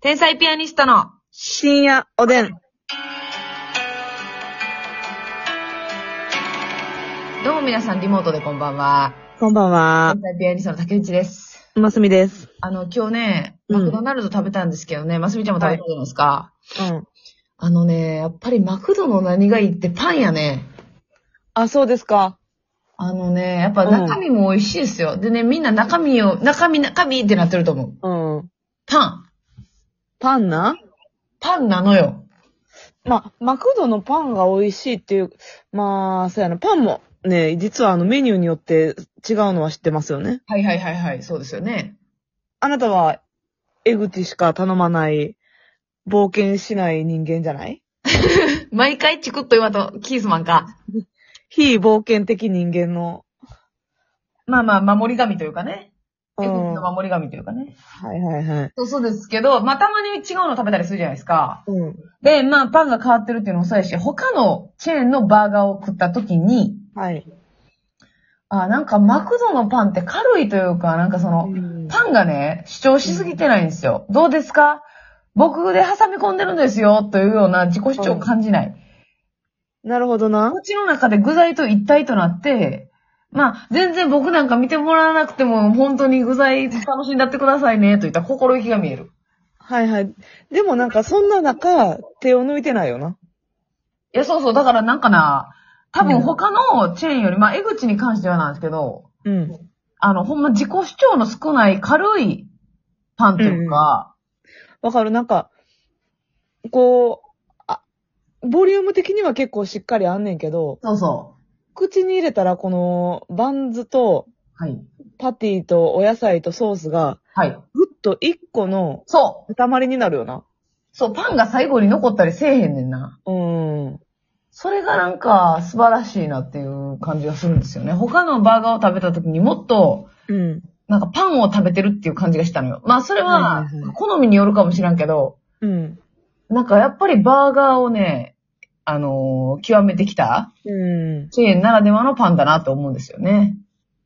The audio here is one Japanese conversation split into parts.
天才ピアニストの深夜おでん。どうも皆さん、リモートでこんばんは。こんばんは天。才ピアニストの竹内です。ますみです。あの、今日ね、うんマクドナルド食べたんですけどね、ますみちゃんも食べたじゃないですか。うん。あのね、やっぱりマクドの何がいいってパンやね。あ、そうですか。あのね、やっぱ中身も美味しいですよ。でね、みんな中身を、中身中身ってなってると思う。うん。パン。パンなパンなのよ。まあ、マクドのパンが美味しいっていう、まあ、そうやな。パンもね、実はあのメニューによって違うのは知ってますよね。はいはいはいはい、そうですよね。あなたは、エグチしか頼まない、冒険しない人間じゃない毎回チクッと今とキースマンか。非冒険的人間の。まあまあ、守り神というかね。うエグん。のは守り神というかね。いはいはい。そうそうですけど、まあたまに違うの食べたりするじゃないですか。うん。で、まあパンが変わってるっていうのもそうやし、他のチェーンのバーガーを食った時に、はい。あ、なんかマクドのパンって軽いというか、なんかその、パンがね、主張しすぎてないんですよ。どうですか僕で挟み込んでるんですよ、というような自己主張を感じない。なるほどなお。家の中で具材と一体となって、まあ、全然僕なんか見てもらわなくても、本当に具材楽しんだってくださいね、といった心意気が見える。はいはい。でもなんかそんな中、手を抜いてないよな。いや、そうそう、だからなんかな、多う分ん他のチェーンより、まあ、江口に関してはなんですけど、うん。あの、ほんま自己主張の少ない軽いパンというか、わかるなんか、こう、あ、ボリューム的には結構しっかりあんねんけど、そうそ口に入れたらこのバンズとう。はい。パティとお野菜とソースが、はい。ぐっと一個のそう。塊になるよな。そう、パンが最後に残ったりせえへんねんな。うん。それがなんか素晴らしいなっていう感じがするんですよね。他のバーガーを食べた時にもっと、うん。なんかパンを食べてるっていう感じがしたのよ。まあそれははいはいはい好みによるかもしらんけど、うん。なんかやっぱりバーガーをね、あのー極めてきたうん。チェーンならではのパンだなと思うんですよね。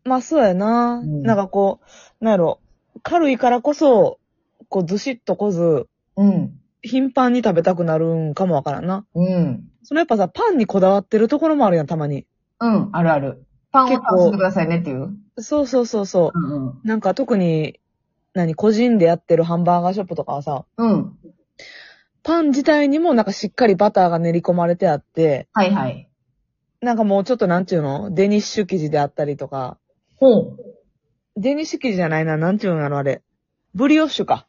まあそうやな。うんなんかこう、なんやろ。軽いからこそ、こうずしっとこず、うん。頻繁に食べたくなるんかもわからんな。うん。そのやっぱさ、パンにこだわってるところもあるやん、たまに。うん、あるある。パンを結構楽しんでくださいねっていう。そうそうそうそう。うんうん。なんか特に、何、個人でやってるハンバーガーショップとかはさ、うん。パン自体にもなんかしっかりバターが練り込まれてあって、はいはい。なんかもうちょっとなんちゅうのデニッシュ生地であったりとか、ほう。デニッシュ生地じゃないな、なんちゅうんやろあれ。ブリオッシュか。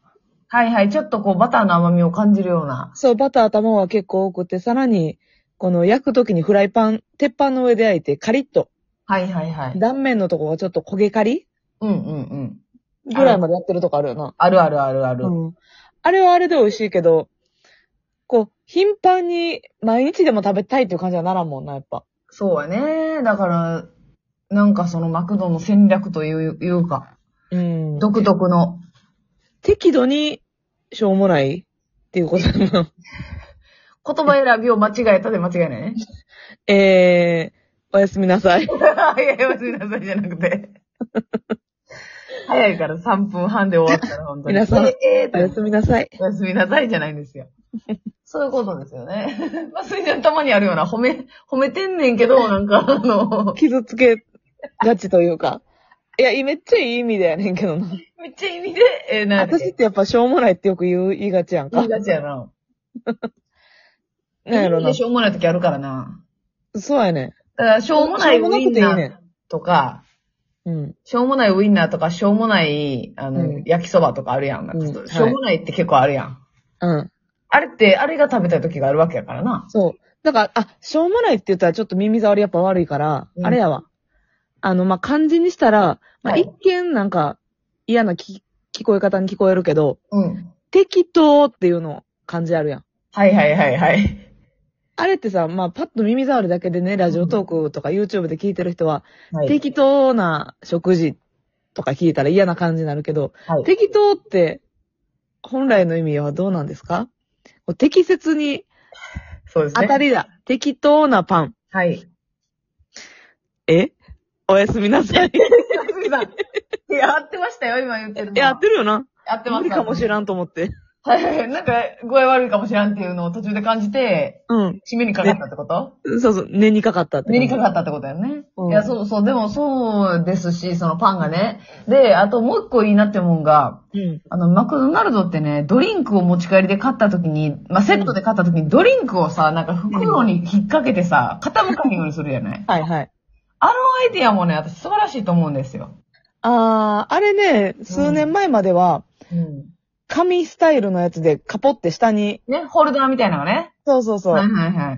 はいはい。ちょっとこうバターの甘みを感じるような。そう、バター卵が結構多くて、さらに、この焼くときにフライパン、鉄板の上で焼いてカリッと、はいはいはい。断面のとこがちょっと焦げカリうんうんうん。ぐらいまでやってるとこあるよな。あるあるあるある。うん。あれはあれで美味しいけど、こう、頻繁に毎日でも食べたいっていう感じはならんもんな、やっぱ。そうやね。だから、なんかそのマクドの戦略といういうか、うん独特の。適度に、しょうもないっていうことだな言葉選びを間違えたで間違いないね。 えー、おやすみなさいい。や、おやすみなさいじゃなく て。早いから3分半で終わったら本当に。皆さんええ おやすみなさい。 おやすみなさいじゃないんです よ。そういうことですよね。 まあ、それじゃたまにあるような、褒め、褒めてんねんけ ど、なんか、あの、傷つけがちというか。いや、めっちゃいい意味だよねんけどな。めっちゃ意味で、えー、なんだっけ私ってやっぱしょうもないってよく言う、言いがちやん言かい。がちやな。なんやろいいんでな。しょうもない時あるからな。そうやねん。だから、しょうもないウインしょうもなナくていいーとか、ねん。うん。しょうもないウインナーとか、しょうもない、あの、うん焼きそばとかあるやん。なんかうんそうはいしょうもないって結構あるやん。うん。あれって、あれが食べたい時があるわけやからな。そう。だから、あ、しょうもないって言ったらちょっと耳障りやっぱ悪いから、うんあれやわ。あの、まあ、漢字にしたら、まあ、はい一見なんか嫌なき聞こえ方に聞こえるけど、うん。適当っていうの漢字あるやん。はいはいはいはい。あれってさ、まあ、パッと耳障りだけでね、ラジオトークとか YouTube で聞いてる人は、はい。適当な食事とか聞いたら嫌な感じになるけど、はい、適当って本来の意味はどうなんですかこう適切にそうです当ね。たりだ。適当なパン。はい。えおやすみなさい。 いや、合ってましたよ、今言ってるのは。え、合ってるよな。合ってます。無理かもしん。らんと思って。はいはいはい。なんか、具合悪いかもしらんっていうのを途中で感じて、うん。締めにかかったってことそうそう、根にかかったって。目にかかったってことだよね。うんいや、そうそう、でもそうですし、そのパンがね。で、あともう一個いいなって思うんが、うん。あの、マクドナルドってね、ドリンクを持ち帰りで買った時に、まあ、セットで買った時にドリンクをさ、なんか袋に引っ掛けてさ、傾かへんようにするじゃないはいはい。あのアイディアもね、私素晴らしいと思うんですよ。あー、あれね、数年前までは、うん。紙スタイルのやつでカポって下に、ね、ホルダーみたいなのがね。そうそうそう。はいはいは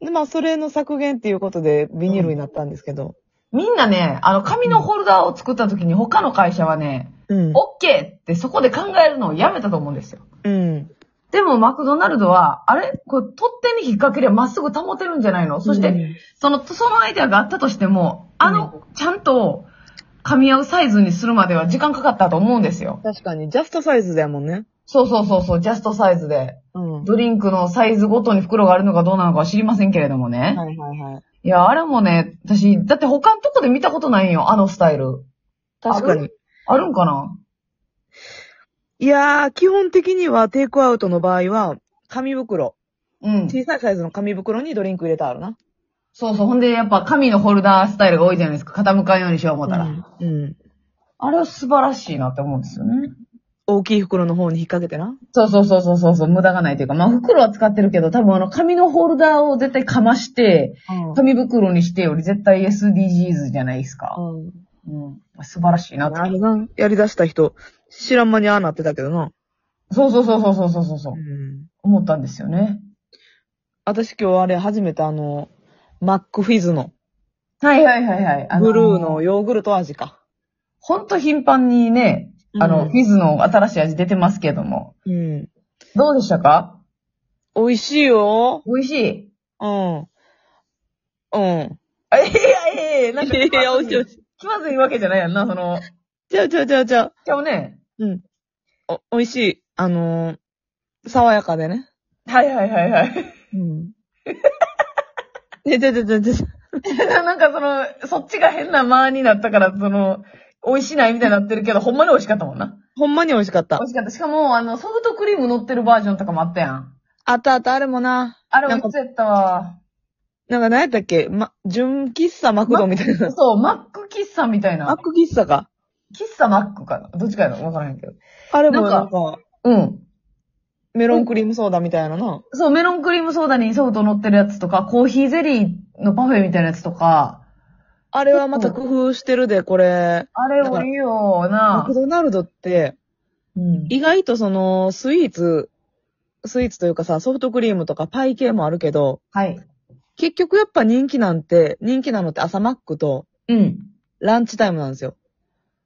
い。で、まあ、それの削減っていうことでビニールになったんですけど。みんなね、あの、紙のホルダーを作った時に他の会社はね、う OK ん。ってそこで考えるのをやめたと思うんですよ。うん。でも、マクドナルドは、あれこれ、取っ手に引っ掛けりゃまっすぐ保てるんじゃないのそして、うんその、そのアイデアがあったとしても、あの、ちゃんと、噛み合うサイズにするまでは時間かかったと思うんですよ。確かに、ジャストサイズだもんね。そうそうそうそう、ジャストサイズで。うん。はドリンクのサイズごとに袋があるのかどうなのかは知りませんけれどもね。いはいはい。い、や、あれもね、私、だって他のとこで見たことないんよ、あのスタイル。確かに。あるんかないやー、基本的にはテイクアウトの場合は、紙袋。うん。小さいサイズの紙袋にドリンク入れたあるな。そうそう。ほんで、やっぱ紙のホルダースタイルが多いじゃないですか。傾かんようにしよう思ったら。うん。あれは素晴らしいなって思うんですよね。大きい袋の方に引っ掛けてな。そうそうそうそうそうそう、無駄がないというか、まあ袋は使ってるけど、多分あの紙のホルダーを絶対かまして、う紙袋にしてより絶対 SDGs じゃないですか。ん。ううん。ん。素晴らしいなあって。れな、やり出した人、知らん間にああなってたけどな。そうそうそうそうそうそうそう、ん。思ったんですよね。私今日あれ初めてあの、マックフィズの、はいはいはいはい。あのブルーの。ヨーグルト味か。ほんと頻繁にね、あの、うんフィズの新しい味出てますけども。うん。どうでしたか美味しいよ。美味しい。うん。うん。あいやいやいや、なんか。いやいや美味しい美味い。気まずいわけじゃないやんな、その。ちゃうちゃうちゃうちゃう。でもね、うん。お、美味しい。あのー爽やかでね。はいはいはいはい。 うん。で、で、で、で、で、なんかその、そっちが変な間になったから、その、美味しないみたいになってるけど、ほんまに美味しかったもんな。ほんまに美味しかった美。味しかった。しかも、あの、ソフトクリーム乗ってるバージョンとかもあったやん。あったあった、あれもな。あれもいつやったわ。なんか何やったっけま、純喫茶マクドみたいな。そう、マック喫茶みたいマッな。ク喫茶か。喫茶マックかな。どっちかやなわからへんけど。あれもななんんか、うん。メロンクリームソーダみたいなな。そう、メロンクリームソーダにソフト乗ってるやつとか、コーヒーゼリーのパフェみたいなやつとか、あれはまた工夫してるで、これ。あれもいいよマなクドナルドって、うん。意外とその、スイーツ、スイーツというかさ、ソフトクリームとかパイ系もあるけど、はい。結局やっぱ人気なんて、人気なのって朝マックとうん。ランチタイムなんですよ。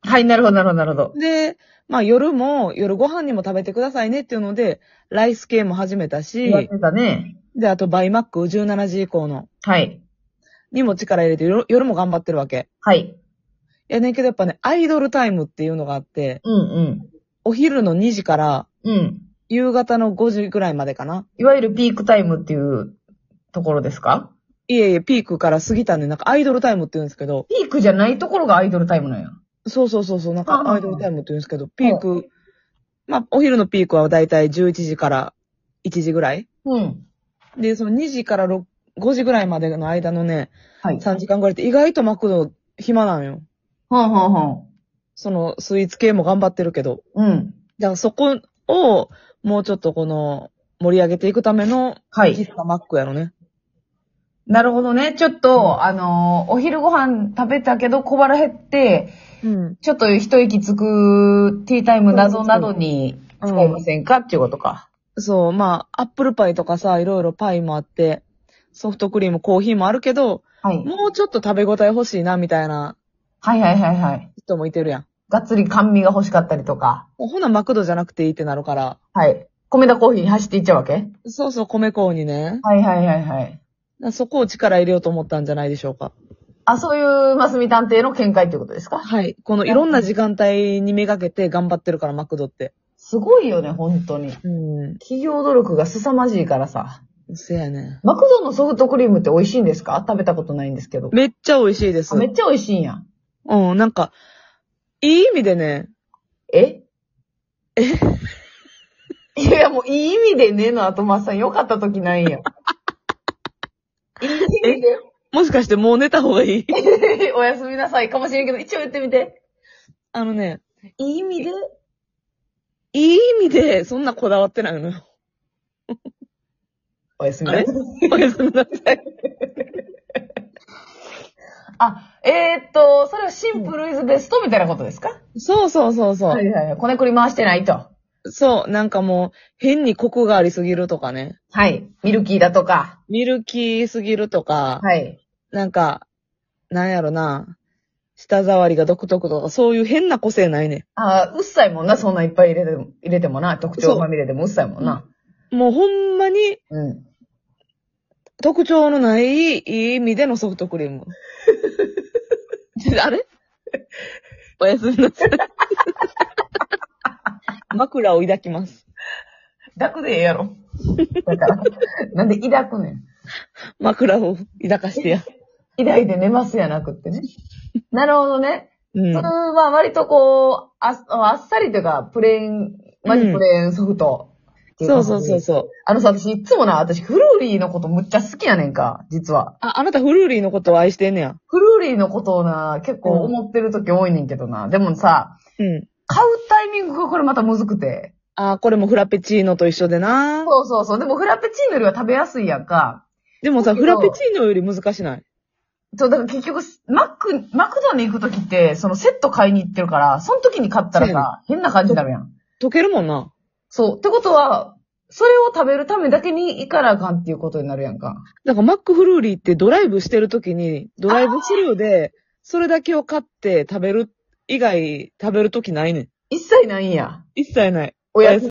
はい、なるほど、なるほど、なるほど。で、まあ夜も、夜ご飯にも食べてくださいねっていうので、ライス系も始めたやっし、てたね。で、あとバイマック17時以降の、はい。にも力入れて夜、夜も頑張ってるわけ。はい。いやねんけどやっぱね、アイドルタイムっていうのがあって、うん、お昼の2時からうん。うん。夕方の5時ぐらいまでかな。いわゆるピークタイムっていうところですかいえいえ、ピークから過ぎたんで、なんかアイドルタイムって言うんですけど、ピークじゃないところがアイドルタイムなんや。そうそうそうそう、なんあかあアイドルタイムって言うんですけど、ピーク、まあお昼のピークはだいたい11時から1時ぐらい。うん。で、その2時から6 5時ぐらいまでの間のね、はい。 3時間ぐらいって意外とマクド暇なんよ。ほんほんほそのスイーツ系も頑張ってるけど。ん。うん。だからそこをもうちょっとこの盛り上げていくためのはい。喫茶マックやろね。なるほどね。ちょっと、あのーお昼ご飯食べたけど小腹減って、うん。ちょっと一息つくティータイムなどなどにうん使いませんか、っていうことか。そう、まあ、アップルパイとかさ、いろいろパイもあって、ソフトクリーム、コーヒーもあるけど、はい。もうちょっと食べ応え欲しいな、みたいなはいはいはいはい。人もいてるやん。がっつり甘味が欲しかったりとか。もうほな、マクドじゃなくていいってなるから。はい。米田コーヒーに走っていっちゃうわけそうそう、米粉にね。はいはいはいはい。そこを力入れようと思ったんじゃないでしょうか。あ、そういう、マスミ探偵の見解っていうことですかはい。このいろんな時間帯にめがけて頑張ってるから、マクドって。すごいよね、本当に。う企業努力が凄まじいからさ。ん。せやね。マクドのソフトクリームって美味しいんですか食べたことないんですけど。めっちゃ美味しいですあ。めっちゃ美味しいんや。うん、なんか、いい意味でね、ええいや、もういい意味でねの後、まっさん良かった時ないやん。いい意味でもしかしてもう寝た方がいい おやすみなさいかもしれんけど、一応言ってみて。あのね、いい意味でいい意味で、そんなこだわってないのよ。 おやすみあなれさい。おやすみなさい。あ、えー、っと、それはシンプルイズベストみたいなことですか、そうそうそうそう。いはいはい。こねくり回してないと。そう、なんかもう、変にコクがありすぎるとかね。はい。ミルキーだとか。ミルキーすぎるとか、はい。なんか、なんやろな。舌触りが独特とか、そういう変な個性ないね。あーうっさいもんな、そんなんいっぱい入れても、入れてもな、特徴まみれてもうっさいもんな。もうほんまにうん。特徴のない、いい意味でのソフトクリーム。あれおやすみなさい。枕を抱きます。抱くでええやろ。だから、 なんで抱くねん。枕を抱かしてや。抱いて寝ますやなくってね。なるほどね。うそんれ。は割とこう、ああっさりというか、プレーン、マジプレーンソフト。そうそうそう。そう。あのさ、私いつもな、私フルーリーのことむっちゃ好きやねんか、実は。あ、あなたフルーリーのことを愛してんねや。フルーリーのことをな、結構思ってる時多いねんけどな。でもさ、うん。買うタイミングがこれまたむずくて。あ、これもフラペチーノと一緒でな。そうそうそう。でもフラペチーノよりは食べやすいやんか。でもさ、そうフけどラペチーノより難しない。そう、だから結局、マック、マクドに行く時って、そのセット買いに行ってるから、その時に買ったらそうやさ、変な感じになるやん。溶けるもんな。そう。ってことは、それを食べるためだけに行かなあかんっていうことになるやんか。なんかマックフルーリーってドライブしてる時に、ドライブスルーで、それだけを買って食べる以外食べる時ないねん。一切ないんや。一切ない。おやつ